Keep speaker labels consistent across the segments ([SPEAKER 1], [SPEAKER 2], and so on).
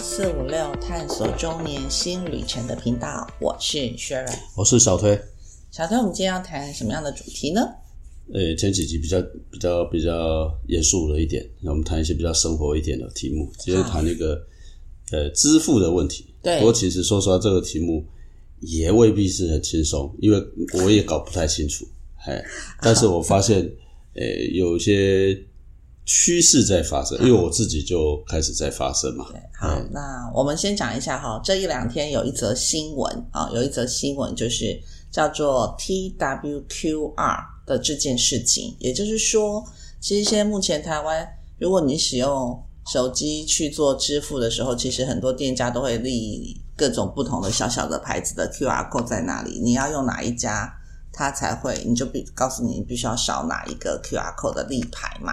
[SPEAKER 1] 四五六探索中年新旅程的频道，我是 Sharon。
[SPEAKER 2] 我哦是小推。
[SPEAKER 1] 小推，我们今天要谈什么样的主题呢？
[SPEAKER 2] 诶，前几集比较比较比较严肃了一点，那我们谈一些比较生活一点的题目。今天谈一个呃支付的问题。
[SPEAKER 1] 对
[SPEAKER 2] 不过其实说实话，这个题目也未必是很轻松，因为我也搞不太清楚。哎，但是我发现，呃，有一些趋势在发生，因为我自己就开始在发生嘛。
[SPEAKER 1] 好，那我们先讲一下哈，这一两天有一则新闻啊，有一则新闻就是叫做 TWQR 的这件事情，也就是说，其实现在目前台湾，如果你使用手机去做支付的时候，其实很多店家都会立各种不同的小小的牌子的 QR code 在哪里，你要用哪一家，它才会你就必告诉你你必须要扫哪一个 QR code 的立牌嘛。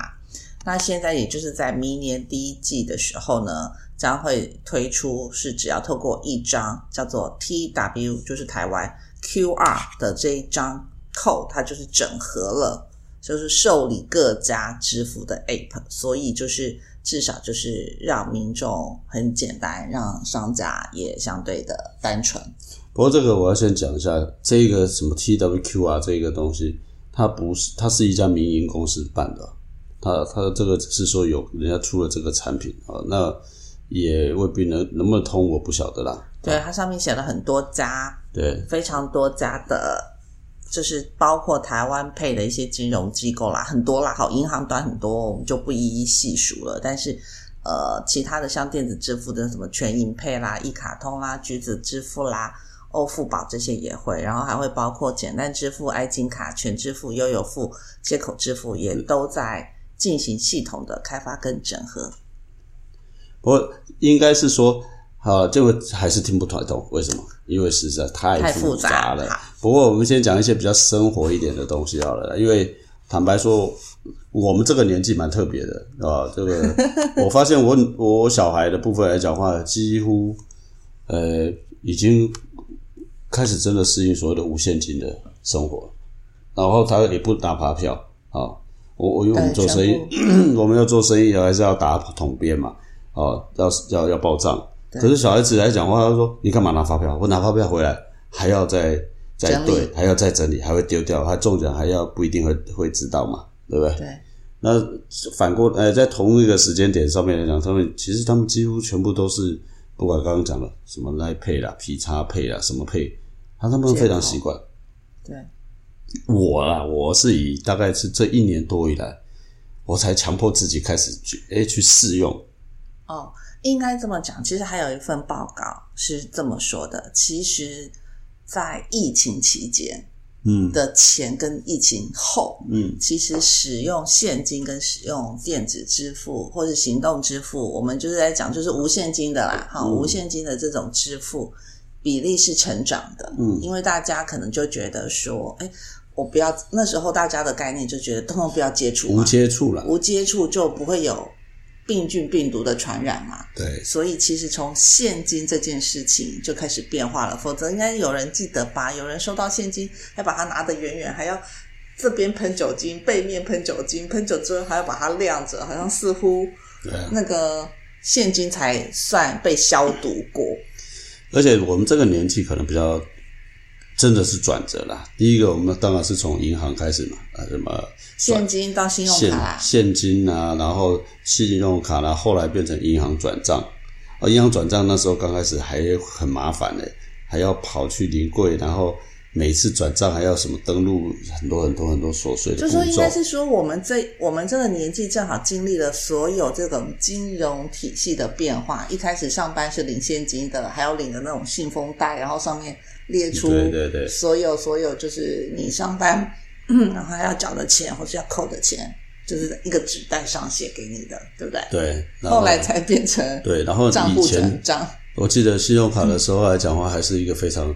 [SPEAKER 1] 那现在也就是在明年第一季的时候呢，将会推出是只要透过一张叫做 TW，就是台湾 QR 的这一张扣，它就是整合了，就是受理各家支付的 App，所以就是至少就是让民众很简单，让商家也相对的单纯。
[SPEAKER 2] 不过这个我要先讲一下，这个什么 TWQ 啊，这个东西，它不是，它是一家民营公司办的，它它这个只是说有人家出了这个产品啊，那也未必能能不能通，我不晓得啦。
[SPEAKER 1] 对，它上面写了很多家
[SPEAKER 2] 对，
[SPEAKER 1] 非常多家的，就是包括台湾配的一些金融机构啦，很多啦，好，银行端很多，我们就不一一细数了。但是，呃，其他的像电子支付的什么全银配啦、一卡通啦、橘子支付啦、欧付宝这些也会，然后还会包括简单支付、爱金卡、全支付、悠游付、接口支付，也都在进行系统的开发跟整合。
[SPEAKER 2] 不过应该是说，啊，这个还是听不太懂，为什么？因为实在
[SPEAKER 1] 太
[SPEAKER 2] 太
[SPEAKER 1] 复
[SPEAKER 2] 复
[SPEAKER 1] 杂
[SPEAKER 2] 杂了
[SPEAKER 1] 好。
[SPEAKER 2] 不过我们先讲一些比较生活一点的东西好了，因为坦白说，我们这个年纪蛮特别的啊。这个我发现我我小孩的部分来讲的话，几乎呃已经开始真的适应所谓的无现金的生活，然后他也不打发票啊。我我因为我们做生意
[SPEAKER 1] 对，
[SPEAKER 2] 我们要做生意还是要打统编嘛，哦，要要要报账。可是小孩子来讲话，他说：“你干嘛拿发票？我拿发票回来还要再再
[SPEAKER 1] 整理
[SPEAKER 2] 对，还要再整理，还会丢掉，他中奖还要不一定会会知道嘛，对不对？”
[SPEAKER 1] 对，
[SPEAKER 2] 那反过呃，在同一个时间点上面来讲，他们其实他们几乎全部都是，不管刚刚讲的什么来配啦、P 叉配啦、什么配，他他们非常习惯。
[SPEAKER 1] 对，
[SPEAKER 2] 我啦，我是以大概是这一年多以来，我才强迫自己开始去哎、去试用。
[SPEAKER 1] 哦，应该这么讲。其实还有一份报告是这么说的：，其实，在疫情期间
[SPEAKER 2] 嗯
[SPEAKER 1] 的前跟疫情后，
[SPEAKER 2] 嗯，
[SPEAKER 1] 其实使用现金跟使用电子支付或是行动支付，我们就是在讲就是无现金的啦，哈、
[SPEAKER 2] 嗯
[SPEAKER 1] 无现金的这种支付比例是成长的，
[SPEAKER 2] 嗯
[SPEAKER 1] 因为大家可能就觉得说，哎，我不要那时候大家的概念就觉得 通通不要接触
[SPEAKER 2] 嗯无
[SPEAKER 1] 嘛，
[SPEAKER 2] 接触啦，
[SPEAKER 1] 无接触就不会有病菌病毒的传染嘛，
[SPEAKER 2] 对，
[SPEAKER 1] 所以其实从现金这件事情就开始变化了，否则应该有人记得吧？有人收到现金还把它拿得远远，还要这边喷酒精，背面喷酒精，喷酒之后还要把它晾着，好像似乎
[SPEAKER 2] 对啊。
[SPEAKER 1] 那个现金才算被消毒过。
[SPEAKER 2] 而且我们这个年纪可能比较真的是转折啦。第一个，我们当然是从银行开始嘛，啊，什么
[SPEAKER 1] 现金到信用
[SPEAKER 2] 现
[SPEAKER 1] 卡啦，
[SPEAKER 2] 现金啊，然后信用卡啦、后来变成银行转账。啊，银行转账那时候刚开始还很麻烦呢、还要跑去临柜，然后每次转账还要什么登录很多很多很多琐碎的
[SPEAKER 1] 就
[SPEAKER 2] 步
[SPEAKER 1] 说应
[SPEAKER 2] 骤
[SPEAKER 1] 该。是说我们这我们这个年纪正好经历了所有这种金融体系的变化。一开始上班是领现金的，还有领的那种信封袋，然后上面列出
[SPEAKER 2] 对对对
[SPEAKER 1] 所有所有就是你上班 然后要缴的钱或是要扣的钱，就是一个纸袋上写给你的，对不对？
[SPEAKER 2] 对，然
[SPEAKER 1] 后来才变成
[SPEAKER 2] 对，然后
[SPEAKER 1] 账
[SPEAKER 2] 以
[SPEAKER 1] 户
[SPEAKER 2] 前
[SPEAKER 1] 成账，
[SPEAKER 2] 我记得信用卡的时候来讲话，还是一个非常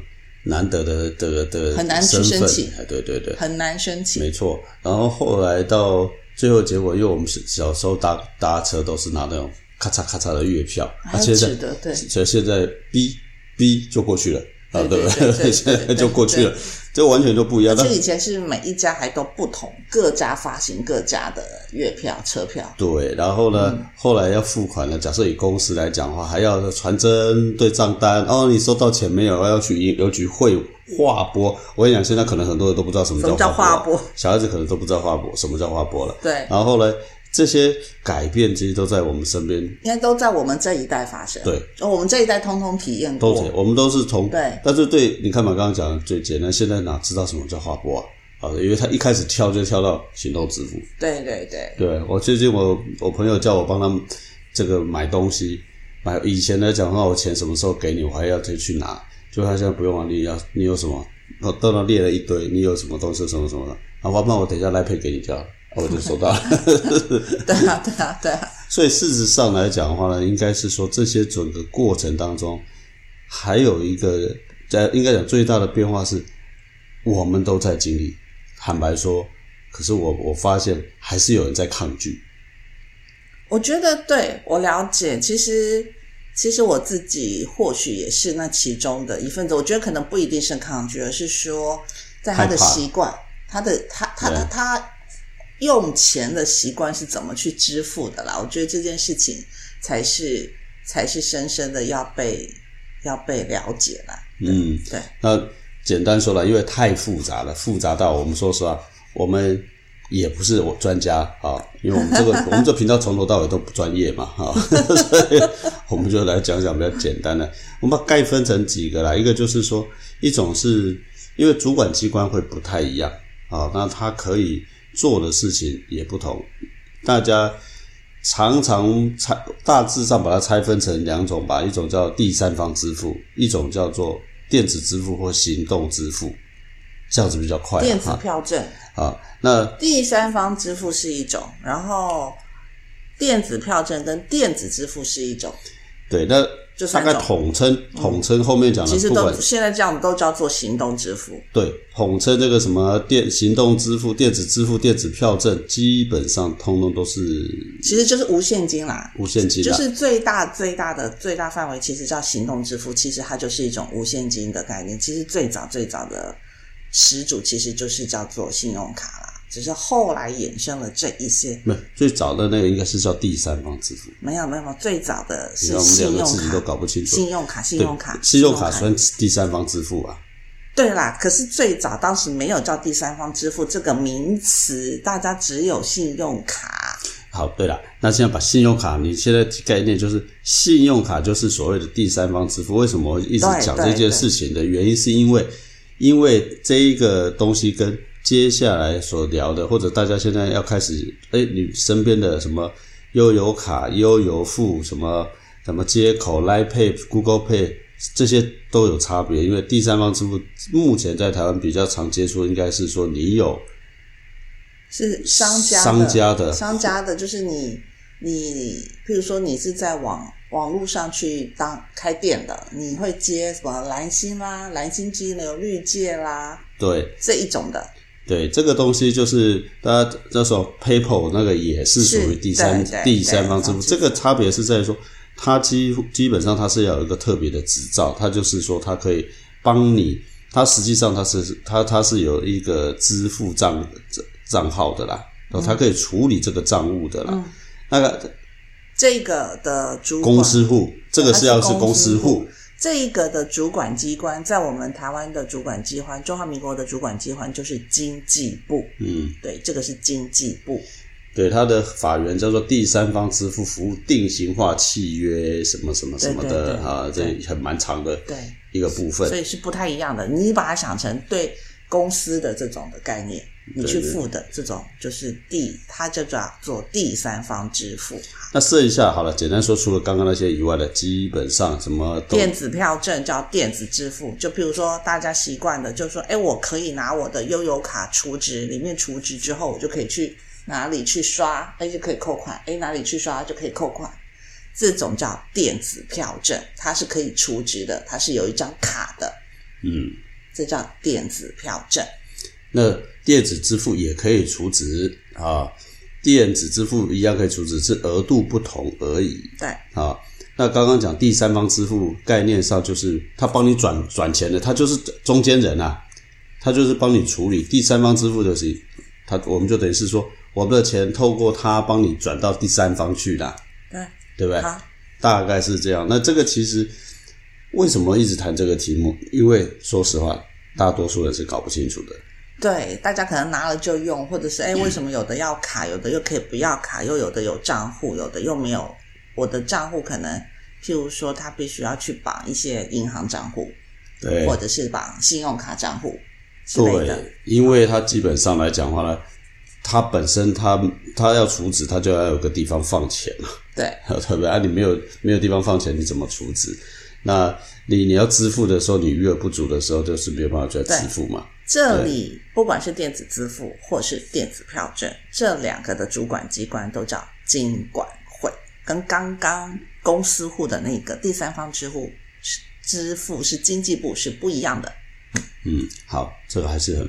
[SPEAKER 2] 难得的的的
[SPEAKER 1] 很难去
[SPEAKER 2] 身份
[SPEAKER 1] 申请
[SPEAKER 2] 哎对对对，
[SPEAKER 1] 很难申请。
[SPEAKER 2] 没错。然后后来到最后结果，因为我们是小时候搭搭车都是拿那种咔嚓咔嚓的月票，
[SPEAKER 1] 还
[SPEAKER 2] 而
[SPEAKER 1] 有
[SPEAKER 2] 且现
[SPEAKER 1] 啊纸的
[SPEAKER 2] 在
[SPEAKER 1] 对
[SPEAKER 2] 所以现在 B B 就过去了，啊，
[SPEAKER 1] 对
[SPEAKER 2] 对
[SPEAKER 1] 对
[SPEAKER 2] 不
[SPEAKER 1] 对对
[SPEAKER 2] 现在
[SPEAKER 1] 对
[SPEAKER 2] 就过去了，这完全就不一样。
[SPEAKER 1] 而
[SPEAKER 2] 但
[SPEAKER 1] 且以前是每一家还都不同，各家发行各家的月票、车票。
[SPEAKER 2] 对，然后呢，
[SPEAKER 1] 嗯
[SPEAKER 2] 后来要付款了。假设以公司来讲的话，还要传真、对账单。哦，你收到钱没有？要去邮邮局汇划拨。我跟你讲，现在可能很多人都不知道什么
[SPEAKER 1] 什么叫
[SPEAKER 2] 划啊
[SPEAKER 1] 划拨
[SPEAKER 2] 小孩子可能都不知道划拨，什么叫划拨了。
[SPEAKER 1] 对，
[SPEAKER 2] 然后呢，这些改变其实都在我们身边，
[SPEAKER 1] 应该都在我们这一代发生。哦
[SPEAKER 2] 对，
[SPEAKER 1] 我们这一代通通体验
[SPEAKER 2] 都
[SPEAKER 1] 过。
[SPEAKER 2] 我们都是从
[SPEAKER 1] 哦对
[SPEAKER 2] 但是对，你看嘛，刚刚讲的最简单，现在哪知道什么叫划拨啊？啊，因为他一开始跳就跳到行动支付。
[SPEAKER 1] 对对对，
[SPEAKER 2] 对我最近我我朋友叫我帮他们这个买东西，买以前来讲的话，哦我钱什么时候给你，我还要再去拿，就他现在不用了，啊你要你有什么，我到那列了一堆，你有什么东西什么什么的，啊，我那我等一下来配给你就好了，啊我就收到了。
[SPEAKER 1] 对啊，对啊，对啊，
[SPEAKER 2] 所以事实上来讲的话呢，应该是说这些整个过程当中，还有一个在应该讲最大的变化是，我们都在经历。坦白说，可是我我发现还是有人在抗拒。
[SPEAKER 1] 我觉得对我了解。其实，其实我自己或许也是那其中的一份子。我觉得可能不一定是抗拒，而是说在他的
[SPEAKER 2] 害怕
[SPEAKER 1] 习惯，他的他他他
[SPEAKER 2] 对
[SPEAKER 1] 他用钱的习惯是怎么去支付的啦。我觉得这件事情才是才是深深的要被要被了解啦。
[SPEAKER 2] 嗯，
[SPEAKER 1] 对，
[SPEAKER 2] 那简单说了，因为太复杂了，复杂到我们说实话，我们也不是我专家啊，因为我 们这个我们这频道从头到尾都不专业嘛啊， 所以我们就来讲讲比较简单的。我们把概分成几个啦，一个就是说，一种是因为主管机关会不太一样啊，那它可以做的事情也不同，大家。常常拆大致上把它拆分成两种吧，一种叫第三方支付，一种叫做电子支付或行动支付，这样子比较快
[SPEAKER 1] 电子
[SPEAKER 2] 啊
[SPEAKER 1] 票证。
[SPEAKER 2] 啊。那
[SPEAKER 1] 第三方支付是一种，然后电子票证跟电子支付是一种，
[SPEAKER 2] 对，那
[SPEAKER 1] 就
[SPEAKER 2] 大
[SPEAKER 1] 三种嗯
[SPEAKER 2] 概统称统称后面讲的
[SPEAKER 1] 其实
[SPEAKER 2] 啊不
[SPEAKER 1] 都
[SPEAKER 2] 管
[SPEAKER 1] 现在这样都叫做行动支付。
[SPEAKER 2] 对统称这个什么电行动支付、电子支付、电子票证，基本上通通都是
[SPEAKER 1] 其实就是无现金啦，
[SPEAKER 2] 无现金
[SPEAKER 1] 就
[SPEAKER 2] 的。
[SPEAKER 1] 是最大最大的最大范围，其实叫行动支付，其实它就是一种无现金的概念。其实最早最早的始祖其实就是叫做信用卡啦，只是后来衍生了这一些。
[SPEAKER 2] 没有最早的那个应该是叫第三方支付，
[SPEAKER 1] 没有没有，没有最早的
[SPEAKER 2] 你看
[SPEAKER 1] 是
[SPEAKER 2] 我
[SPEAKER 1] 信
[SPEAKER 2] 们两个
[SPEAKER 1] 用
[SPEAKER 2] 自己都
[SPEAKER 1] 卡，
[SPEAKER 2] 搞不清楚。
[SPEAKER 1] 信用卡，信
[SPEAKER 2] 对
[SPEAKER 1] 用卡，
[SPEAKER 2] 信用卡算第三方支付啊。
[SPEAKER 1] 对啦，可是最早当时没有叫第三方支付这个名词，大家只有信用卡。
[SPEAKER 2] 好，对了，那现在把信用卡，你现在概念就是信用卡就是所谓的第三方支付。为什么我一直
[SPEAKER 1] 对
[SPEAKER 2] 讲
[SPEAKER 1] 对
[SPEAKER 2] 这件事情的原因，是因为因为这一个东西跟接下来所聊的，或者大家现在要开始，哎，你身边的什么悠游卡、悠游付什么什么接口、Line Pay、Google Pay 这些都有差别，因为第三方支付目前在台湾比较常接触，应该是说你有
[SPEAKER 1] 是商家的，
[SPEAKER 2] 商家的
[SPEAKER 1] 商家的就是你，你，譬如说你是在网网络上去当开店的，你会接什么蓝心啦、蓝心金流、绿界啦
[SPEAKER 2] 对
[SPEAKER 1] 这一种的，
[SPEAKER 2] 对，这个东西就是大家那时候 PayPal 那个也是属于第三
[SPEAKER 1] 是对对
[SPEAKER 2] 第三方支付，
[SPEAKER 1] 对
[SPEAKER 2] 这个差别是在于说，它基基本上它是要有一个特别的执照，它就是说它可以帮你，它实际上它是它它是有一个支付账账号的啦，然后它可以处理这个账务的
[SPEAKER 1] 嗯
[SPEAKER 2] 啦。那个
[SPEAKER 1] 这个的主管
[SPEAKER 2] 嗯公司
[SPEAKER 1] 嗯
[SPEAKER 2] 户，这个是要是公司户，
[SPEAKER 1] 这一个的主管机关，在我们台湾的主管机关，中华民国的主管机关就是经济部。
[SPEAKER 2] 嗯，
[SPEAKER 1] 对，这个是经济部。
[SPEAKER 2] 对，它的法源叫做第三方支付服务定型化契约什么什么什么
[SPEAKER 1] 对对
[SPEAKER 2] 的
[SPEAKER 1] 对
[SPEAKER 2] 啊，这
[SPEAKER 1] 对
[SPEAKER 2] 很蛮长的
[SPEAKER 1] 对，
[SPEAKER 2] 一个部分
[SPEAKER 1] 所。以是不太一样的。你把它想成对公司的这种的概念，你去
[SPEAKER 2] 对对
[SPEAKER 1] 付的这种就是第，它就叫做第三方支付，
[SPEAKER 2] 那剩下好了，简单说，除了刚刚那些以外的，基本上什么都
[SPEAKER 1] 电子票证叫电子支付。就譬如说大家习惯的，就是说，哎，我可以拿我的悠游卡储值，里面储值之后，我就可以去哪里去刷，哎就可以扣款，哎哪里去刷就可以扣款。这种叫电子票证，它是可以储值的，它是有一张卡的。
[SPEAKER 2] 嗯，
[SPEAKER 1] 这叫电子票证。
[SPEAKER 2] 那电子支付也可以储值啊，电子支付一样可以储值，是额度不同而已
[SPEAKER 1] 对，
[SPEAKER 2] 啊。那刚刚讲第三方支付概念上，就是他帮你转转钱的，他就是中间人啊，他就是帮你处理第三方支付的事情。他我们就等于是说，我们的钱透过他帮你转到第三方去啦，
[SPEAKER 1] 对，
[SPEAKER 2] 对不对？
[SPEAKER 1] 好，
[SPEAKER 2] 大概是这样。那这个其实为什么一直谈这个题目？因为说实话，大多数人是搞不清楚的。
[SPEAKER 1] 对，大家可能拿了就用，或者是
[SPEAKER 2] 嗯
[SPEAKER 1] 哎，为什么有的要卡，有的又可以不要卡，又有的有账户，有的又没有？我的账户可能，譬如说，他必须要去绑一些银行账户，
[SPEAKER 2] 对
[SPEAKER 1] 或者是绑信用卡账户之类的。
[SPEAKER 2] 对，因为它基本上来讲话呢，它本身它它要储值，它就要有个地方放钱 嘛，
[SPEAKER 1] 对，
[SPEAKER 2] 对不对？啊，你没有没有地方放钱，你怎么储值？那你你要支付的时候，你余额不足的时候，就是没有办法再支付嘛。
[SPEAKER 1] 这里不管是电子支付或是电子票证，这两个的主管机关都叫金管会，跟刚刚公司户的那个第三方支付是支付是经济部是不一样的。
[SPEAKER 2] 嗯，好，这个还是很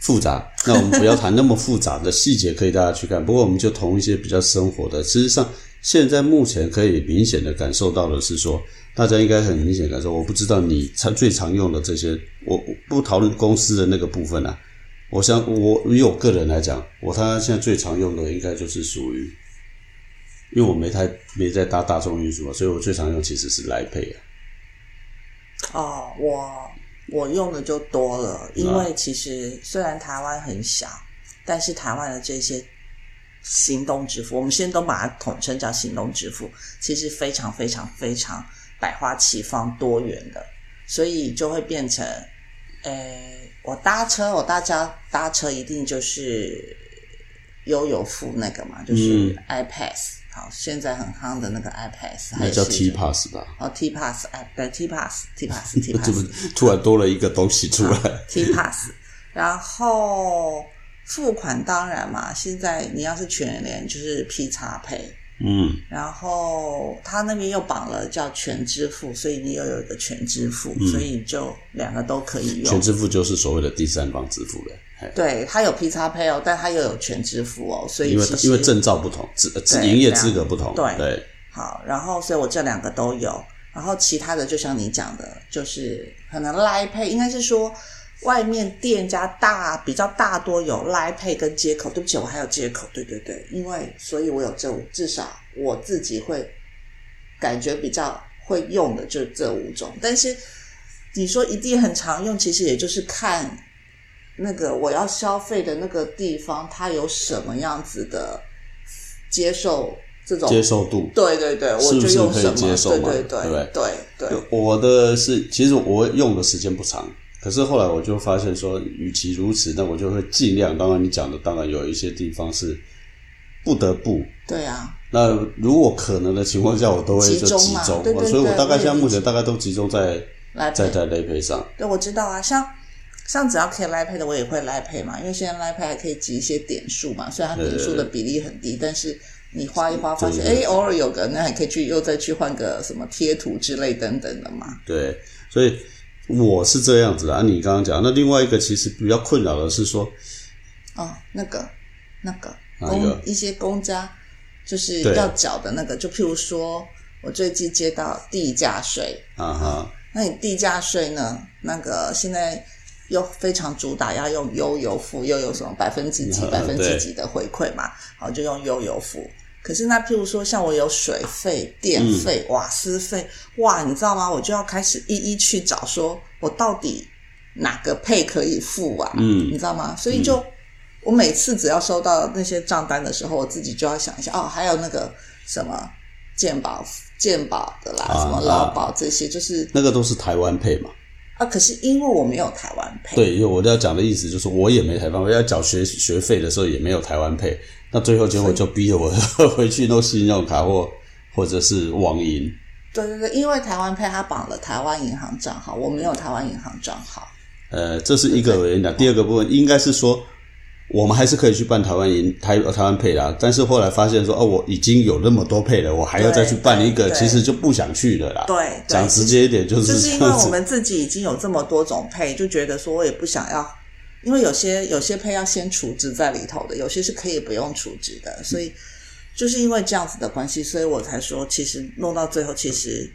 [SPEAKER 2] 复杂。那我们不要谈那么复杂的细节，可以大家去看。不过我们就同一些比较生活的，事实上现在目前可以明显的感受到的是说，大家应该很明显地感受。我不知道你常最常用的这些，我我不讨论公司的那个部分啊。我想我以我个人来讲，我他现在最常用的应该就是属于，因为我没太没在搭大众运输嘛，所以我最常用其实是来配啊。
[SPEAKER 1] 哦，我我用的就多了，因
[SPEAKER 2] 嗯
[SPEAKER 1] 为其实虽然台湾很小，但是台湾的这些行动支付，我们先都把它统称叫行动支付，其实非常非常非常百花齐放、多元的，所以就会变成，诶，我搭车，我大家搭车一定就是悠游付那个嘛，就是
[SPEAKER 2] 嗯
[SPEAKER 1] iPass，、好，现在很夯的那个 iPass，还
[SPEAKER 2] 那叫
[SPEAKER 1] 是
[SPEAKER 2] T Pass 吧，
[SPEAKER 1] 哦，T Pass 哎，对，T Pass T Pass T
[SPEAKER 2] 这
[SPEAKER 1] Pass
[SPEAKER 2] 不突然多了一个东西出来。
[SPEAKER 1] T Pass，然后付款当然嘛，现在你要是全联就是 P 叉配，
[SPEAKER 2] 嗯，
[SPEAKER 1] 然后他那边又绑了叫全支付，所以你又有一个全支付，所以就两个都可以
[SPEAKER 2] 嗯全
[SPEAKER 1] 用。
[SPEAKER 2] 支付就是所谓的第三方支付了，嘿
[SPEAKER 1] 对，它有 P 叉配哦，但它又有全支付哦，所以
[SPEAKER 2] 因为
[SPEAKER 1] 其实
[SPEAKER 2] 因为证照不同，资呃资
[SPEAKER 1] 对
[SPEAKER 2] 营业资格不同，
[SPEAKER 1] 对
[SPEAKER 2] 对
[SPEAKER 1] 好，然后所以我这两个都有，然后其他的就像你讲的，就是可能拉配，应该是说外面店家大比较大多有拉配跟接口。对不起，我还有接口，对对对，因为所以我有这五，至少我自己会感觉比较会用的就是这五种，但是你说一定很常用，其实也就是看那个我要消费的那个地方，它有什么样子的接受这种
[SPEAKER 2] 接受度。
[SPEAKER 1] 对对对，我
[SPEAKER 2] 是不
[SPEAKER 1] 就是用
[SPEAKER 2] 可以
[SPEAKER 1] 什么？
[SPEAKER 2] 接受嘛
[SPEAKER 1] 对
[SPEAKER 2] 对不
[SPEAKER 1] 对
[SPEAKER 2] 对
[SPEAKER 1] 对对
[SPEAKER 2] 我的是，其实我用的时间不长，可是后来我就发现说，与其如此，那我就会尽量。当然，你讲的当然有一些地方是不得不。
[SPEAKER 1] 对啊！
[SPEAKER 2] 那如果可能的情况下，我都会就
[SPEAKER 1] 集中
[SPEAKER 2] 集
[SPEAKER 1] 嘛
[SPEAKER 2] 中，
[SPEAKER 1] 对对
[SPEAKER 2] 所以我
[SPEAKER 1] 对
[SPEAKER 2] 大概现在
[SPEAKER 1] 我也
[SPEAKER 2] 目前大概都集中在
[SPEAKER 1] 来
[SPEAKER 2] 在
[SPEAKER 1] 配，
[SPEAKER 2] 在类配上。
[SPEAKER 1] 对我知道啊，像像只要可以来配的，我也会来配嘛，因为现在来配还可以集一些点数嘛，虽然它点数的比例很低，但是你花一花发现，
[SPEAKER 2] 对对
[SPEAKER 1] 哎，偶尔有个，那还可以去又再去换个什么贴图之类等等的嘛。
[SPEAKER 2] 对，所以我是这样子的。啊，你刚刚讲，那另外一个其实比较困扰的是说，
[SPEAKER 1] 哦，那个那个
[SPEAKER 2] 哪一个
[SPEAKER 1] 公一些公家就是
[SPEAKER 2] 对
[SPEAKER 1] 要缴的那个，就譬如说我最近接到地价税，
[SPEAKER 2] 啊哈，
[SPEAKER 1] 那你地价税呢？那个现在又非常主打要用悠游付，又有什么百分之几、
[SPEAKER 2] 嗯
[SPEAKER 1] 百分之
[SPEAKER 2] 对
[SPEAKER 1] 几的回馈嘛？好，就用悠游付。可是那譬如说，像我有水费、电
[SPEAKER 2] 嗯
[SPEAKER 1] 费、瓦斯费，哇，你知道吗？我就要开始一一去找，说我到底哪个配可以付啊？
[SPEAKER 2] 嗯
[SPEAKER 1] 你知道吗？所以就、我每次只要收到那些账单的时候，我自己就要想一下哦，还有那个什么健保、健保的啦，
[SPEAKER 2] 啊
[SPEAKER 1] 什么劳保这些，就是
[SPEAKER 2] 那个都是台湾配嘛。
[SPEAKER 1] 啊，可是因为我没有台湾配，
[SPEAKER 2] 对，因为我要讲的意思就是，我也没台湾，我要缴学学费的时候也没有台湾配，那最后结果就逼着我回去弄信用卡或或者是网银。
[SPEAKER 1] 对对对，因为台湾配它绑了台湾银行账号，我没有台湾银行账号。
[SPEAKER 2] 呃，这是一个原因啦。第二个部分应该是说，我们还是可以去办台湾银台呃台湾配啦，但是后来发现说，哦，我已经有那么多配了，我还要再去办一个，
[SPEAKER 1] 对对
[SPEAKER 2] 其实就不想去了啦。
[SPEAKER 1] 对，
[SPEAKER 2] 讲直
[SPEAKER 1] 对，
[SPEAKER 2] 接一点就
[SPEAKER 1] 就是是
[SPEAKER 2] 这
[SPEAKER 1] 因为
[SPEAKER 2] 样
[SPEAKER 1] 我
[SPEAKER 2] 子。
[SPEAKER 1] 们自己已经有这么多种配，就觉得说我也不想要，因为有些有些配要先储值在里头的，有些是可以不用储值的，所以就是因为这样子的关系，所以我才说，其实弄到最后，其实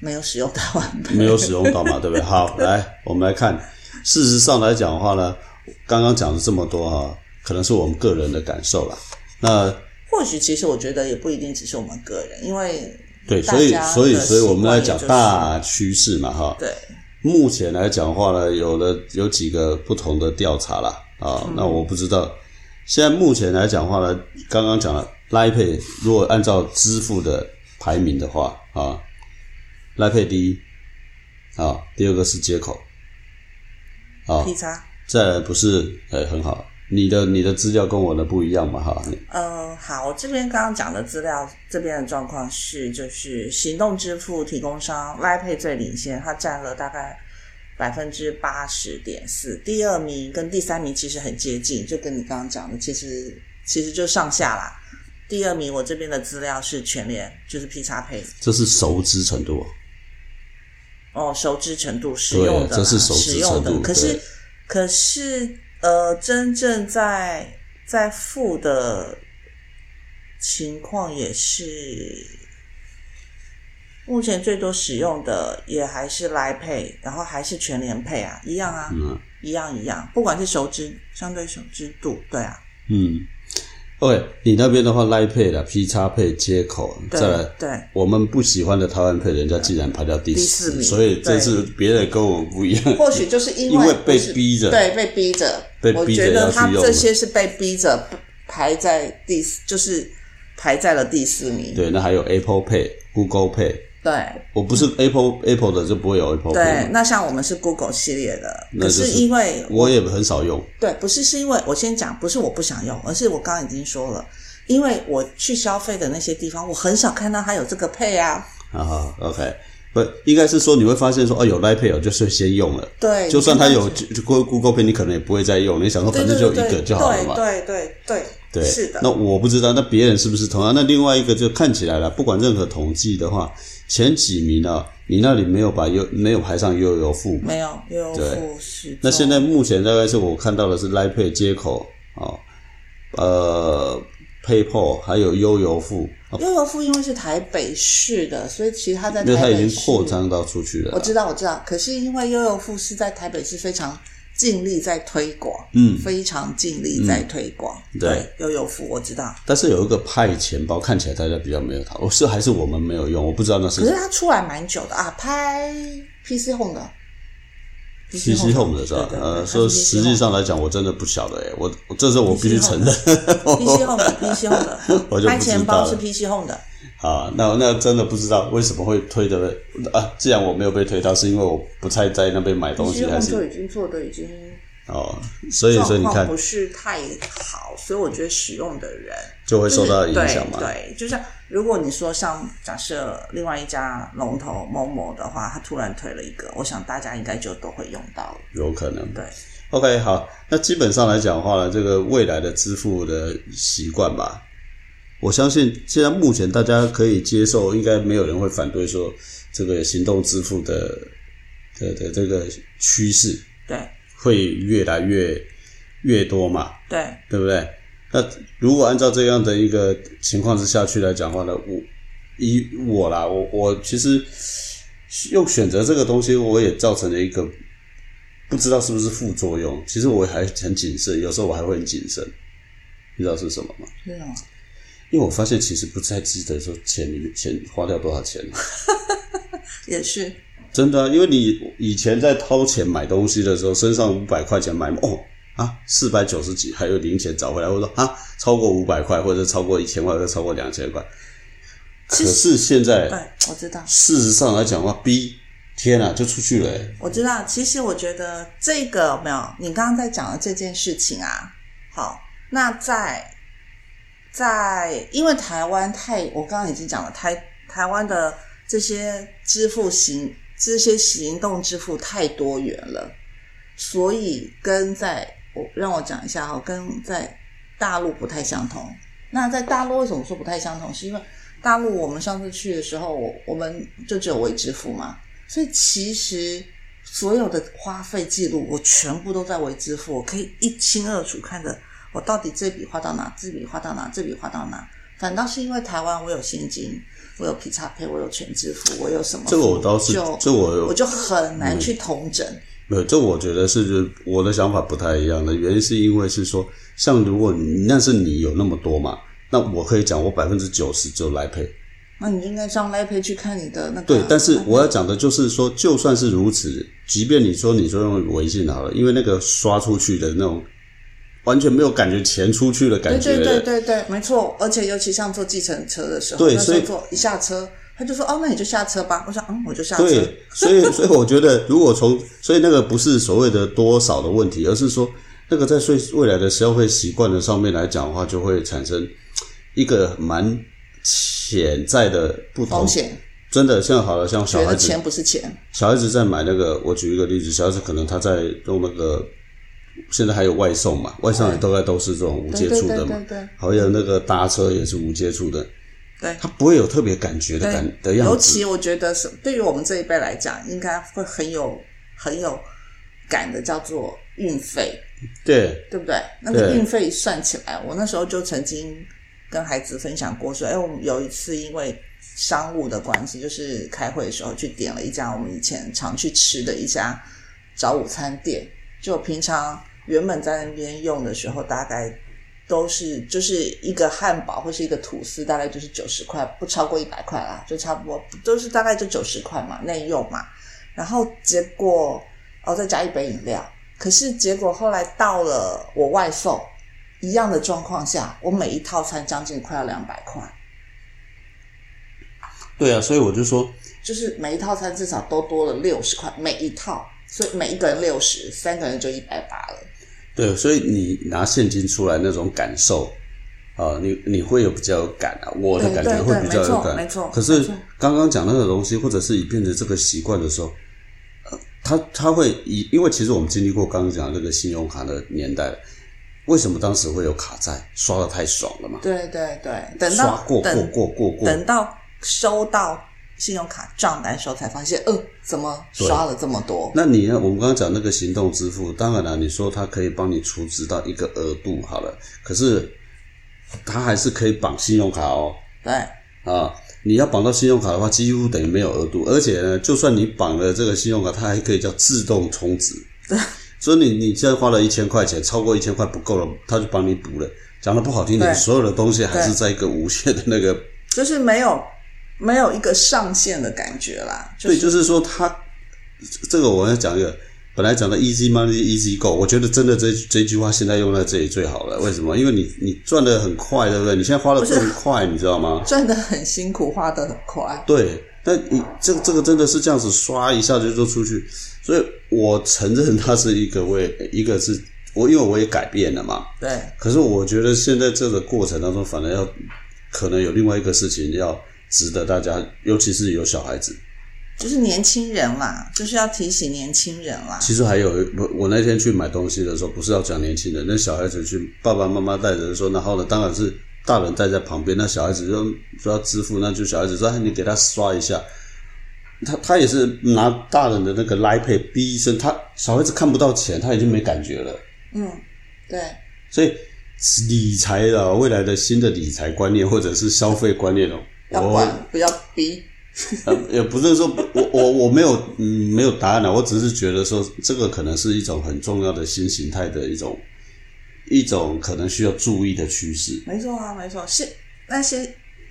[SPEAKER 1] 没有使用到完美。
[SPEAKER 2] 没有使用到嘛，对不对？好，来，我们来看，事实上来讲的话呢，刚刚讲了这么多哈，可能是我们个人的感受啦。那
[SPEAKER 1] 或许其实我觉得也不一定只是我们个人，因为
[SPEAKER 2] 对，
[SPEAKER 1] 大
[SPEAKER 2] 所以
[SPEAKER 1] 家
[SPEAKER 2] 所以
[SPEAKER 1] 的
[SPEAKER 2] 所以
[SPEAKER 1] 习
[SPEAKER 2] 我们
[SPEAKER 1] 惯
[SPEAKER 2] 来
[SPEAKER 1] 也
[SPEAKER 2] 讲
[SPEAKER 1] 就是
[SPEAKER 2] 大趋势嘛，哈。
[SPEAKER 1] 对，
[SPEAKER 2] 目前来讲的话呢，有的有几个不同的调查啦，啊，那我不知道。现在目前来讲的话呢，刚刚讲了 l i Pay，如果按照支付的排名的话啊 l i Pay 第一，啊，第二个是接口，啊，
[SPEAKER 1] 劈叉，
[SPEAKER 2] 再来不是，呃、很好，你的你的资料跟我的不一样嘛，哈，你
[SPEAKER 1] 嗯，好，我这边刚刚讲的资料，这边的状况是，就是行动支付提供商 l i Pay 最领先，它占了大概百分之八十点四，第二名跟第三名其实很接近，就跟你刚刚讲的，其实其实就上下啦。第二名我这边的资料是全联，就是劈叉 Pay，
[SPEAKER 2] 这是熟知程度，啊
[SPEAKER 1] 哦，熟知程度，使
[SPEAKER 2] 对
[SPEAKER 1] 用的啦，
[SPEAKER 2] 这是熟知
[SPEAKER 1] 使用
[SPEAKER 2] 程
[SPEAKER 1] 的。
[SPEAKER 2] 度
[SPEAKER 1] 可是
[SPEAKER 2] 对，
[SPEAKER 1] 可是，呃，真正在在付的情况也是，目前最多使用的也还是来配，然后还是全联配啊，一样啊，
[SPEAKER 2] 嗯
[SPEAKER 1] 一样一样，不管是熟知相对熟知度，对啊，
[SPEAKER 2] 嗯。OK，你那边的话 l i Pay 的 P 叉配接口，
[SPEAKER 1] 对
[SPEAKER 2] 再来
[SPEAKER 1] 对，
[SPEAKER 2] 我们不喜欢的台湾配，人家竟然排到第
[SPEAKER 1] 第四
[SPEAKER 2] 十，
[SPEAKER 1] 名
[SPEAKER 2] 所以这次别人跟我们不一 样。
[SPEAKER 1] 或许就是因
[SPEAKER 2] 因为
[SPEAKER 1] 为
[SPEAKER 2] 被
[SPEAKER 1] 不是
[SPEAKER 2] 逼着
[SPEAKER 1] 对，被逼着，
[SPEAKER 2] 被逼着
[SPEAKER 1] 我觉得他
[SPEAKER 2] 要去用
[SPEAKER 1] 这些是被逼着排在第四，就是排在了第四名。
[SPEAKER 2] 对，那还有 Apple Pay、Google Pay，
[SPEAKER 1] 对
[SPEAKER 2] 我不是 Apple Apple 的就不会有 Apple
[SPEAKER 1] 嗯对
[SPEAKER 2] Pay，嘛
[SPEAKER 1] 那像我们是 Google 系列的，
[SPEAKER 2] 那
[SPEAKER 1] 可
[SPEAKER 2] 就是
[SPEAKER 1] 是因为
[SPEAKER 2] 我也很少用。
[SPEAKER 1] 对，不是是因为我先讲，不是我不想用，而是我刚刚已经说了，因为我去消费的那些地方，我很少看到它有这个配啊。
[SPEAKER 2] 啊，OK，不应该是说你会发现说哦有 Line Pay 我就是先用了，
[SPEAKER 1] 对，
[SPEAKER 2] 就算它有
[SPEAKER 1] 你看
[SPEAKER 2] Google Google Pay 你可能也不会再用，你想说
[SPEAKER 1] 到
[SPEAKER 2] 反正就一
[SPEAKER 1] 对对
[SPEAKER 2] 个
[SPEAKER 1] 对
[SPEAKER 2] 就好了嘛。
[SPEAKER 1] 对对对对，
[SPEAKER 2] 对，
[SPEAKER 1] 是的
[SPEAKER 2] 那。我不知道，那别人是不是同样？那另外一个就看起来了，不管任何统计的话，前几名啊，你那里没有把优没有排上悠游付嘛？
[SPEAKER 1] 没有，有
[SPEAKER 2] 对
[SPEAKER 1] 富士。
[SPEAKER 2] 那现在目前大概是我看到的是 Line Pay 接口啊、呃 PayPal 还有悠游付，啊
[SPEAKER 1] 悠游付因为是台北市的，所以其实它在
[SPEAKER 2] 因为
[SPEAKER 1] 台
[SPEAKER 2] 它已
[SPEAKER 1] 北
[SPEAKER 2] 经
[SPEAKER 1] 市，
[SPEAKER 2] 扩张到出去了
[SPEAKER 1] 我。知道，我知道。可是因为悠游付是在台北市非常尽力在推广，
[SPEAKER 2] 嗯
[SPEAKER 1] 非常尽力在推广。
[SPEAKER 2] 对，
[SPEAKER 1] 悠游付我知道，
[SPEAKER 2] 但是有一个派钱包，看起来大家比较没有它，我是还是我们没有用，我不知道那
[SPEAKER 1] 可是
[SPEAKER 2] 是
[SPEAKER 1] 它出来蛮久的啊，拍 PC Home 的
[SPEAKER 2] PC Home 的是吧？
[SPEAKER 1] 对对对
[SPEAKER 2] 呃，
[SPEAKER 1] 它是
[SPEAKER 2] 说
[SPEAKER 1] PC
[SPEAKER 2] 实际上来讲，我真的不晓得哎、我我这是我必须
[SPEAKER 1] PC
[SPEAKER 2] 承
[SPEAKER 1] Home
[SPEAKER 2] 认。
[SPEAKER 1] PC Home 的 PC Home
[SPEAKER 2] 我
[SPEAKER 1] 的，
[SPEAKER 2] 就不知道了
[SPEAKER 1] 拍钱包是 PC Home 的，
[SPEAKER 2] 啊，那那真的不知道为什么会推的啊！既然我没有被推到，是因为我不太在那边买东
[SPEAKER 1] PC
[SPEAKER 2] 西，还
[SPEAKER 1] Home 就是已经做的已经
[SPEAKER 2] 哦，所以所
[SPEAKER 1] 状
[SPEAKER 2] 以你
[SPEAKER 1] 况
[SPEAKER 2] 看
[SPEAKER 1] 不是太好，所以我觉得使用的人。
[SPEAKER 2] 就会受到影
[SPEAKER 1] 就是
[SPEAKER 2] 响嘛。
[SPEAKER 1] 对，对，就像如果你说像假设另外一家龙头某某的话，它突然推了一个，我想大家应该就都会用到了。
[SPEAKER 2] 有可能。
[SPEAKER 1] 对，
[SPEAKER 2] OK，好，那基本上来讲的话呢，这个未来的支付的习惯吧，我相信现在目前大家可以接受，应该没有人会反对说这个行动支付的的的这个趋势
[SPEAKER 1] 对，
[SPEAKER 2] 会越来越越多嘛。
[SPEAKER 1] 对，
[SPEAKER 2] 对不对？那如果按照这样的一个情况之下去来讲的话呢，我以我啦，我我其实用选择这个东西，我也造成了一个不知道是不是副作用。其实我还很谨慎，有时候我还会很谨慎，你知道是什么吗？
[SPEAKER 1] 是哦吗？
[SPEAKER 2] 因为我发现其实不太记得说钱里面钱花掉多少钱，
[SPEAKER 1] 也是，
[SPEAKER 2] 真的、啊，因为你以前在掏钱买东西的时候，身上五百块钱买哦啊四百九十几，还有零钱找回来，我说啊超过五百块，或者超过一千块，或者超过两千块。可
[SPEAKER 1] 其实
[SPEAKER 2] 是现在
[SPEAKER 1] 对，我知道，
[SPEAKER 2] 事实上来讲的话，B 天啊就出去了欸、
[SPEAKER 1] 我知道。其实我觉得这个有没有，你刚刚在讲的这件事情啊，好，那在在因为台湾太，我刚刚已经讲了，台台湾的这些支付行这些行动支付太多元了，所以跟在我让我讲一下哈，跟在大陆不太相同。那在大陆为什么说不太相同？是因为大陆我们上次去的时候，我我们就只有微支付嘛，所以其实所有的花费记录我全部都在微支付，我可以一清二楚看着我到底这笔花到哪，这笔花到哪，这笔花到哪？反倒是因为台湾我有现金，我有劈叉配，我有全支付，我有什么付？
[SPEAKER 2] 这个我倒是
[SPEAKER 1] 就，
[SPEAKER 2] 这我有
[SPEAKER 1] 我就很难去统整。
[SPEAKER 2] 没有，这我觉得是我的想法不太一样的原因，是因为是说，像如果你那是你有那么多嘛，那我可以讲我百分之九十就来赔。
[SPEAKER 1] 那你应该上 l i p 去看你的那个。
[SPEAKER 2] 对，但是我要讲的就是说，就算是如此，即便你说你说用微信好了，因为那个刷出去的那种，完全没有感觉钱出去的
[SPEAKER 1] 对
[SPEAKER 2] 感觉。
[SPEAKER 1] 对对对对，没错。而且尤其像坐计程车的时候，
[SPEAKER 2] 对
[SPEAKER 1] 那时候
[SPEAKER 2] 所以
[SPEAKER 1] 坐一下车，他就说：“哦，那你就下车吧。”我说：“嗯，我就下车。
[SPEAKER 2] 对，所以所以我觉得，如果从所以那个不是所谓的多少的问题，而是说那个在未未来的消费习惯的上面来讲的话，就会产生一个蛮潜在的不同
[SPEAKER 1] 风。险，
[SPEAKER 2] 真的，像好了，像小
[SPEAKER 1] 觉
[SPEAKER 2] 孩
[SPEAKER 1] 得
[SPEAKER 2] 子，
[SPEAKER 1] 钱不是钱，
[SPEAKER 2] 小孩子在买那个，我举一个例子，小孩子可能他在用那个，现在还有外送嘛，外送也大概都是这种无
[SPEAKER 1] 对
[SPEAKER 2] 接
[SPEAKER 1] 对
[SPEAKER 2] 触的
[SPEAKER 1] 对
[SPEAKER 2] 嘛
[SPEAKER 1] 对，对
[SPEAKER 2] 还有那个搭车也是无接触的，
[SPEAKER 1] 对。
[SPEAKER 2] 他不会有特别感觉的感的
[SPEAKER 1] 对，
[SPEAKER 2] 样子。
[SPEAKER 1] 尤其我觉得是对于我们这一辈来讲，应该会很有很有感的，叫做运费，
[SPEAKER 2] 对，
[SPEAKER 1] 对不对？那个
[SPEAKER 2] 对
[SPEAKER 1] 运费算起来，我那时候就曾经跟孩子分享过说，哎，我们有一次因为商务的关系，就是开会的时候去点了一家我们以前常去吃的一家早午餐店，就平常原本在那边用的时候，大概都是就是一个汉堡或是一个吐司，大概就是九十块，不超过一百块啦，就差不多都是大概就九十块嘛，内用嘛。然后结果哦，再加一杯饮料。可是结果后来到了我外送一样的状况下，我每一套餐将近快要两百块，
[SPEAKER 2] 对啊，所以我就说，
[SPEAKER 1] 就是每一套餐至少都多了六十块，每一套，所以每一个人六十，三个人就一百八了。
[SPEAKER 2] 对，所以你拿现金出来那种感受，啊、你你会有比较有感啊，我的
[SPEAKER 1] 对
[SPEAKER 2] 感觉
[SPEAKER 1] 对
[SPEAKER 2] 会
[SPEAKER 1] 对
[SPEAKER 2] 比较
[SPEAKER 1] 没
[SPEAKER 2] 有
[SPEAKER 1] 错
[SPEAKER 2] 感，
[SPEAKER 1] 没错
[SPEAKER 2] 可是
[SPEAKER 1] 没错
[SPEAKER 2] 刚刚讲那个东西，或者是你变成这个习惯的时候，呃，他他会以，因为其实我们经历过刚刚讲的这个信用卡的年代了，为什么当时会有卡债？刷的太爽了嘛，
[SPEAKER 1] 对对对，等
[SPEAKER 2] 刷
[SPEAKER 1] 到
[SPEAKER 2] 过过
[SPEAKER 1] 等
[SPEAKER 2] 过过过，
[SPEAKER 1] 等到收到信用卡账单的时候，才发现，呃，怎么刷了这么多？
[SPEAKER 2] 那你呢？我们刚刚讲那个行动支付，当然了，你说它可以帮你储值到一个额度好了，可是它还是可以绑信用卡哦。
[SPEAKER 1] 对
[SPEAKER 2] 啊，你要绑到信用卡的话，几乎等于没有额度，而且呢，就算你绑了这个信用卡，它还可以叫自动充值。所以你你现在花了一千块钱，超过一千块不够了，它就帮你补了。讲的不好听点，
[SPEAKER 1] 对
[SPEAKER 2] 所有的东西还是
[SPEAKER 1] 对
[SPEAKER 2] 在一个无限的那个，
[SPEAKER 1] 就是没有没有一个上限的感觉啦，就
[SPEAKER 2] 对，
[SPEAKER 1] 是
[SPEAKER 2] 就是说它这个我要讲一个。本来讲的 easy money easy go，我觉得真的这这句话现在用在这里最好了。为什么？因为你你赚的很快，对不对？你现在花的
[SPEAKER 1] 不是
[SPEAKER 2] 更快，你知道吗？
[SPEAKER 1] 赚的很辛苦，花的很快。
[SPEAKER 2] 对，但你这这个真的是这样子刷一下就就出去，所以我承认它是一个为一个是我因为我也改变了嘛，
[SPEAKER 1] 对，
[SPEAKER 2] 可是我觉得现在这个过程当中，反而要可能有另外一个事情要值得大家，尤其是有小孩子。
[SPEAKER 1] 就是年轻人啦，就是要提醒年轻人啦。
[SPEAKER 2] 其实还有我我那天去买东西的时候，不是要讲年轻人，那小孩子去爸爸妈妈带着说，然后呢，当然是大人带在旁边，那小孩子就说要支付，那就小孩子说哎你给他刷一下，他他也是拿大人的那个来配逼一声，他小孩子看不到钱，他已经没感觉了，
[SPEAKER 1] 嗯，对，
[SPEAKER 2] 所以理财的未来的新的理财观念或者是消费观念哦，
[SPEAKER 1] 要
[SPEAKER 2] 我
[SPEAKER 1] 管不要逼。
[SPEAKER 2] 呃，也不是说我我我没有嗯没有答案了，我只是觉得说这个可能是一种很重要的新形态的一种一种可能需要注意的趋势。
[SPEAKER 1] 没错啊，没错，是那些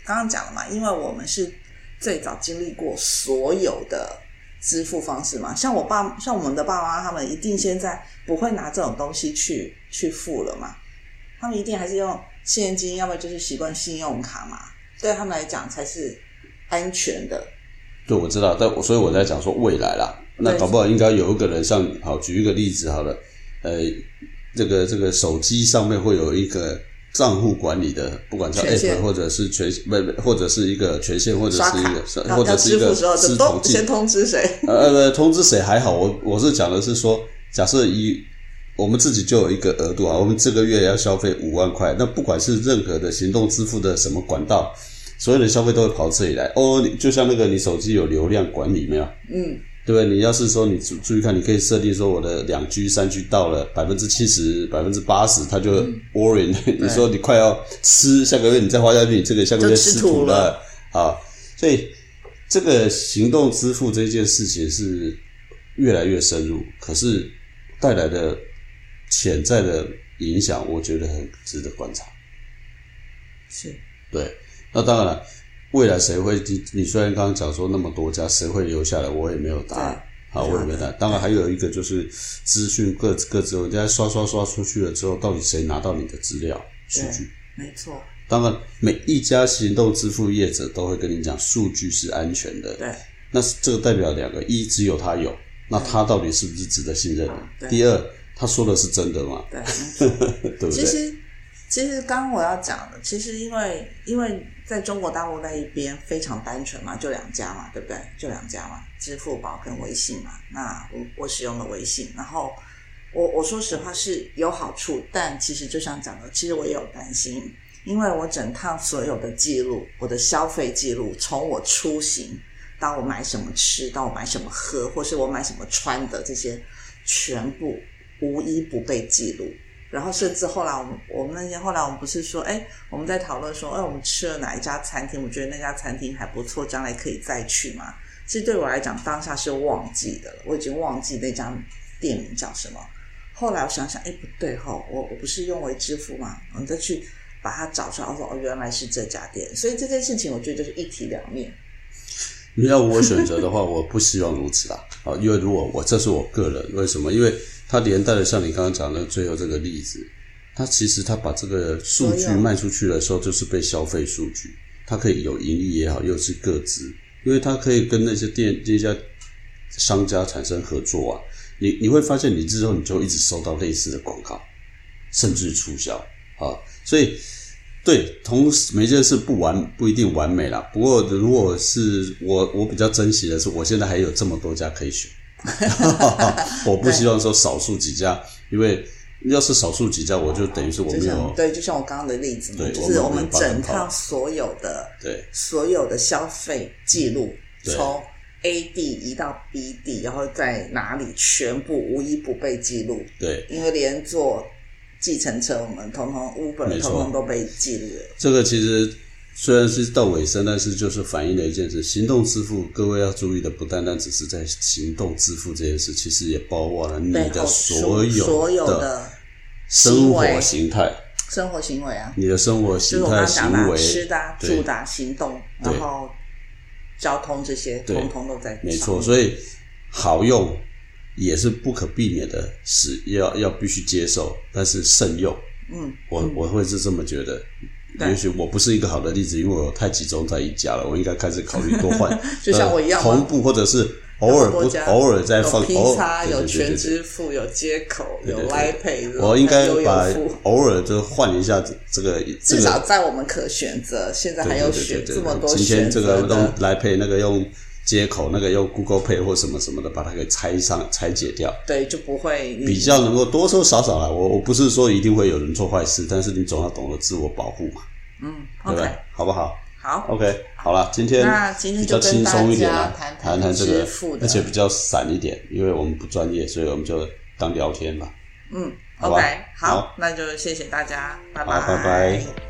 [SPEAKER 1] 刚刚讲了嘛，因为我们是最早经历过所有的支付方式嘛，像我爸，像我们的爸妈，他们一定现在不会拿这种东西去去付了嘛，他们一定还是用现金，要么就是习惯信用卡嘛，对他们来讲才是安全的。
[SPEAKER 2] 对，我知道，但我所以我在讲说未来啦，那
[SPEAKER 1] 对
[SPEAKER 2] 搞不好应该有一个人像好举一个例子好了，呃，这个这个手机上面会有一个。账户管理的，不管叫
[SPEAKER 1] 权
[SPEAKER 2] app
[SPEAKER 1] 限
[SPEAKER 2] 或者是权，不不，或者是一个权限，或者
[SPEAKER 1] 刷
[SPEAKER 2] 是
[SPEAKER 1] 卡
[SPEAKER 2] 一个，
[SPEAKER 1] 要
[SPEAKER 2] 或者
[SPEAKER 1] 要
[SPEAKER 2] 是
[SPEAKER 1] 支付
[SPEAKER 2] 一个
[SPEAKER 1] 的时候就
[SPEAKER 2] 系统
[SPEAKER 1] 咚，
[SPEAKER 2] 进
[SPEAKER 1] 先通知谁？
[SPEAKER 2] 呃呃，不通知谁还好，我我是讲的是说，假设以我们自己就有一个额度啊，我们这个月要消费五万块，那不管是任何的行动支付的什么管道，所有的消费都会跑这里来。哦，你就像那个你手机有流量管理没有？
[SPEAKER 1] 嗯，
[SPEAKER 2] 对不对？你要是说你注注意看，你可以设定说我的两居三居到了百分之七十、百分之八十，它就
[SPEAKER 1] 嗯
[SPEAKER 2] orange、你说你快要吃，下个月你再花下去，你这个下个月
[SPEAKER 1] 就吃
[SPEAKER 2] 土
[SPEAKER 1] 土了
[SPEAKER 2] 啊！所以这个行动支付这件事情是越来越深入，可是带来的潜在的影响，我觉得很值得观察。
[SPEAKER 1] 是
[SPEAKER 2] 对，那当然了，未来谁会？你你虽然刚刚讲说那么多家，谁会留下来？我也没有答案。好，我也没有答案。当然还有一个就是资讯各各自，人家刷刷刷出去了之后，到底谁拿到你的资料数据？
[SPEAKER 1] 没错，
[SPEAKER 2] 当然，每一家行动支付业者都会跟你讲，数据是安全的。
[SPEAKER 1] 对
[SPEAKER 2] 那是这个代表两个：一，只有他有，那他到底是不是值得信任你？
[SPEAKER 1] 对
[SPEAKER 2] 第二，他说的是真的吗？
[SPEAKER 1] 对，
[SPEAKER 2] 对不
[SPEAKER 1] 其
[SPEAKER 2] 对？
[SPEAKER 1] 实，其实刚刚我要讲的，其实因为因为在中国大陆那一边非常单纯嘛，就两家嘛，对不对？就两家嘛，支付宝跟微信嘛。那我我使用了微信，然后我我说实话是有好处，但其实就像讲的，其实我也有担心，因为我整趟所有的记录，我的消费记录，从我出行到我买什么吃，到我买什么喝，或是我买什么穿的这些，全部无一不被记录。然后甚至后来我们我们那天后来我们不是说，哎，我们在讨论说，哎，我们吃了哪一家餐厅？我觉得那家餐厅还不错，将来可以再去嘛。其实对我来讲，当下是忘记的了，我已经忘记那家店名叫什么。后来我想想，哎，不对吼、我我不是用为支付嘛，我们再去把它找出来，我说哦，原来是这家店。所以这件事情，我觉得就是一体两面。
[SPEAKER 2] 你要我选择的话，我不希望如此啦。啊，因为如果我这是我个人，为什么？因为它连带的像你刚刚讲的最后这个例子，它其实它把这个数据
[SPEAKER 1] 所有
[SPEAKER 2] 卖出去的时候，就是被消费数据，它可以有盈利也好，又是各自，因为它可以跟那些店这家商家产生合作啊。你你会发现，你之后你就一直收到类似的广告，甚至促销啊，所以。对，同时每件事不完不一定完美啦。不过如果是我，我比较珍惜的是，我现在还有这么多家可 以选，我不希望说少数几家，因为要是少数几家，我就等于是我
[SPEAKER 1] 就
[SPEAKER 2] 没有
[SPEAKER 1] 像对，就像我刚刚的例子嘛
[SPEAKER 2] 对，
[SPEAKER 1] 就
[SPEAKER 2] 我没
[SPEAKER 1] 是
[SPEAKER 2] 有
[SPEAKER 1] 我们
[SPEAKER 2] 把它
[SPEAKER 1] 整
[SPEAKER 2] 跑
[SPEAKER 1] 趟所有的
[SPEAKER 2] 对
[SPEAKER 1] 所有的消费记录，
[SPEAKER 2] 对
[SPEAKER 1] 从 A 地移到 B 地，然后在哪里，全部无一不被记录，
[SPEAKER 2] 对。
[SPEAKER 1] 因为连坐计程车，我们统统 Uber
[SPEAKER 2] 没错
[SPEAKER 1] 统统都被记录了。
[SPEAKER 2] 这个其实虽然是到尾声，但是就是反映了一件事：行动支付，各位要注意的不单单只是在行动支付这件事，其实也包括了你
[SPEAKER 1] 背
[SPEAKER 2] 的
[SPEAKER 1] 后
[SPEAKER 2] 所
[SPEAKER 1] 有所
[SPEAKER 2] 有的
[SPEAKER 1] 的
[SPEAKER 2] 生活
[SPEAKER 1] 为
[SPEAKER 2] 形态、
[SPEAKER 1] 生活行为啊，
[SPEAKER 2] 你的生活
[SPEAKER 1] 就是
[SPEAKER 2] 形
[SPEAKER 1] 我刚
[SPEAKER 2] 态、
[SPEAKER 1] 刚讲的
[SPEAKER 2] 行
[SPEAKER 1] 啊
[SPEAKER 2] 为、
[SPEAKER 1] 吃的啊、
[SPEAKER 2] 对
[SPEAKER 1] 住的啊、行动，
[SPEAKER 2] 对
[SPEAKER 1] 然后交通这些，
[SPEAKER 2] 对
[SPEAKER 1] 统统都在。
[SPEAKER 2] 没错，，所以好用也是不可避免的，是要要必须接受，但是慎用。
[SPEAKER 1] 嗯，
[SPEAKER 2] 我我会是这么觉得。
[SPEAKER 1] 对
[SPEAKER 2] 也许我不是一个好的例子，因为我太集中在一家了，我应该开始考虑多换
[SPEAKER 1] ，就像我一样吗
[SPEAKER 2] 呃同步或者是偶尔不
[SPEAKER 1] 有多家
[SPEAKER 2] 偶尔再放
[SPEAKER 1] 有
[SPEAKER 2] 偶
[SPEAKER 1] 披
[SPEAKER 2] 尔
[SPEAKER 1] 萨，
[SPEAKER 2] 对对
[SPEAKER 1] 有
[SPEAKER 2] 对
[SPEAKER 1] 全
[SPEAKER 2] 对对
[SPEAKER 1] 支付，有接口，有
[SPEAKER 2] 对对
[SPEAKER 1] Line Pay，
[SPEAKER 2] 我应该
[SPEAKER 1] 有悠游
[SPEAKER 2] 把
[SPEAKER 1] 付
[SPEAKER 2] 偶尔就换一下这这个这
[SPEAKER 1] 至少
[SPEAKER 2] 个，
[SPEAKER 1] 在我们可选择，现在还
[SPEAKER 2] 对
[SPEAKER 1] 有
[SPEAKER 2] 对对
[SPEAKER 1] 选
[SPEAKER 2] 对
[SPEAKER 1] 这
[SPEAKER 2] 对
[SPEAKER 1] 么多
[SPEAKER 2] 今天
[SPEAKER 1] 选
[SPEAKER 2] 这个
[SPEAKER 1] 择
[SPEAKER 2] 用
[SPEAKER 1] 的，
[SPEAKER 2] 来配那个用接口，那个用 Google Pay 或什么什么的，把它给拆上拆解掉。
[SPEAKER 1] 对，就不会你
[SPEAKER 2] 比较能够多多少少啦。我我不是说一定会有人做坏事，但是你总要懂得自我保护嘛，
[SPEAKER 1] 嗯
[SPEAKER 2] 对不对
[SPEAKER 1] ，OK，？
[SPEAKER 2] 好不好
[SPEAKER 1] 好，
[SPEAKER 2] ？OK，好了，今天
[SPEAKER 1] 那今天
[SPEAKER 2] 比较
[SPEAKER 1] 就跟
[SPEAKER 2] 轻松一点啦
[SPEAKER 1] 大家，谈
[SPEAKER 2] 谈
[SPEAKER 1] 谈
[SPEAKER 2] 谈这个
[SPEAKER 1] 支付，的
[SPEAKER 2] 而且比较散一点，因为我们不专业，所以我们就当聊天嘛。
[SPEAKER 1] 嗯
[SPEAKER 2] 好吧
[SPEAKER 1] ，OK，好
[SPEAKER 2] 好，
[SPEAKER 1] 那就谢谢大家，拜
[SPEAKER 2] 好，拜拜。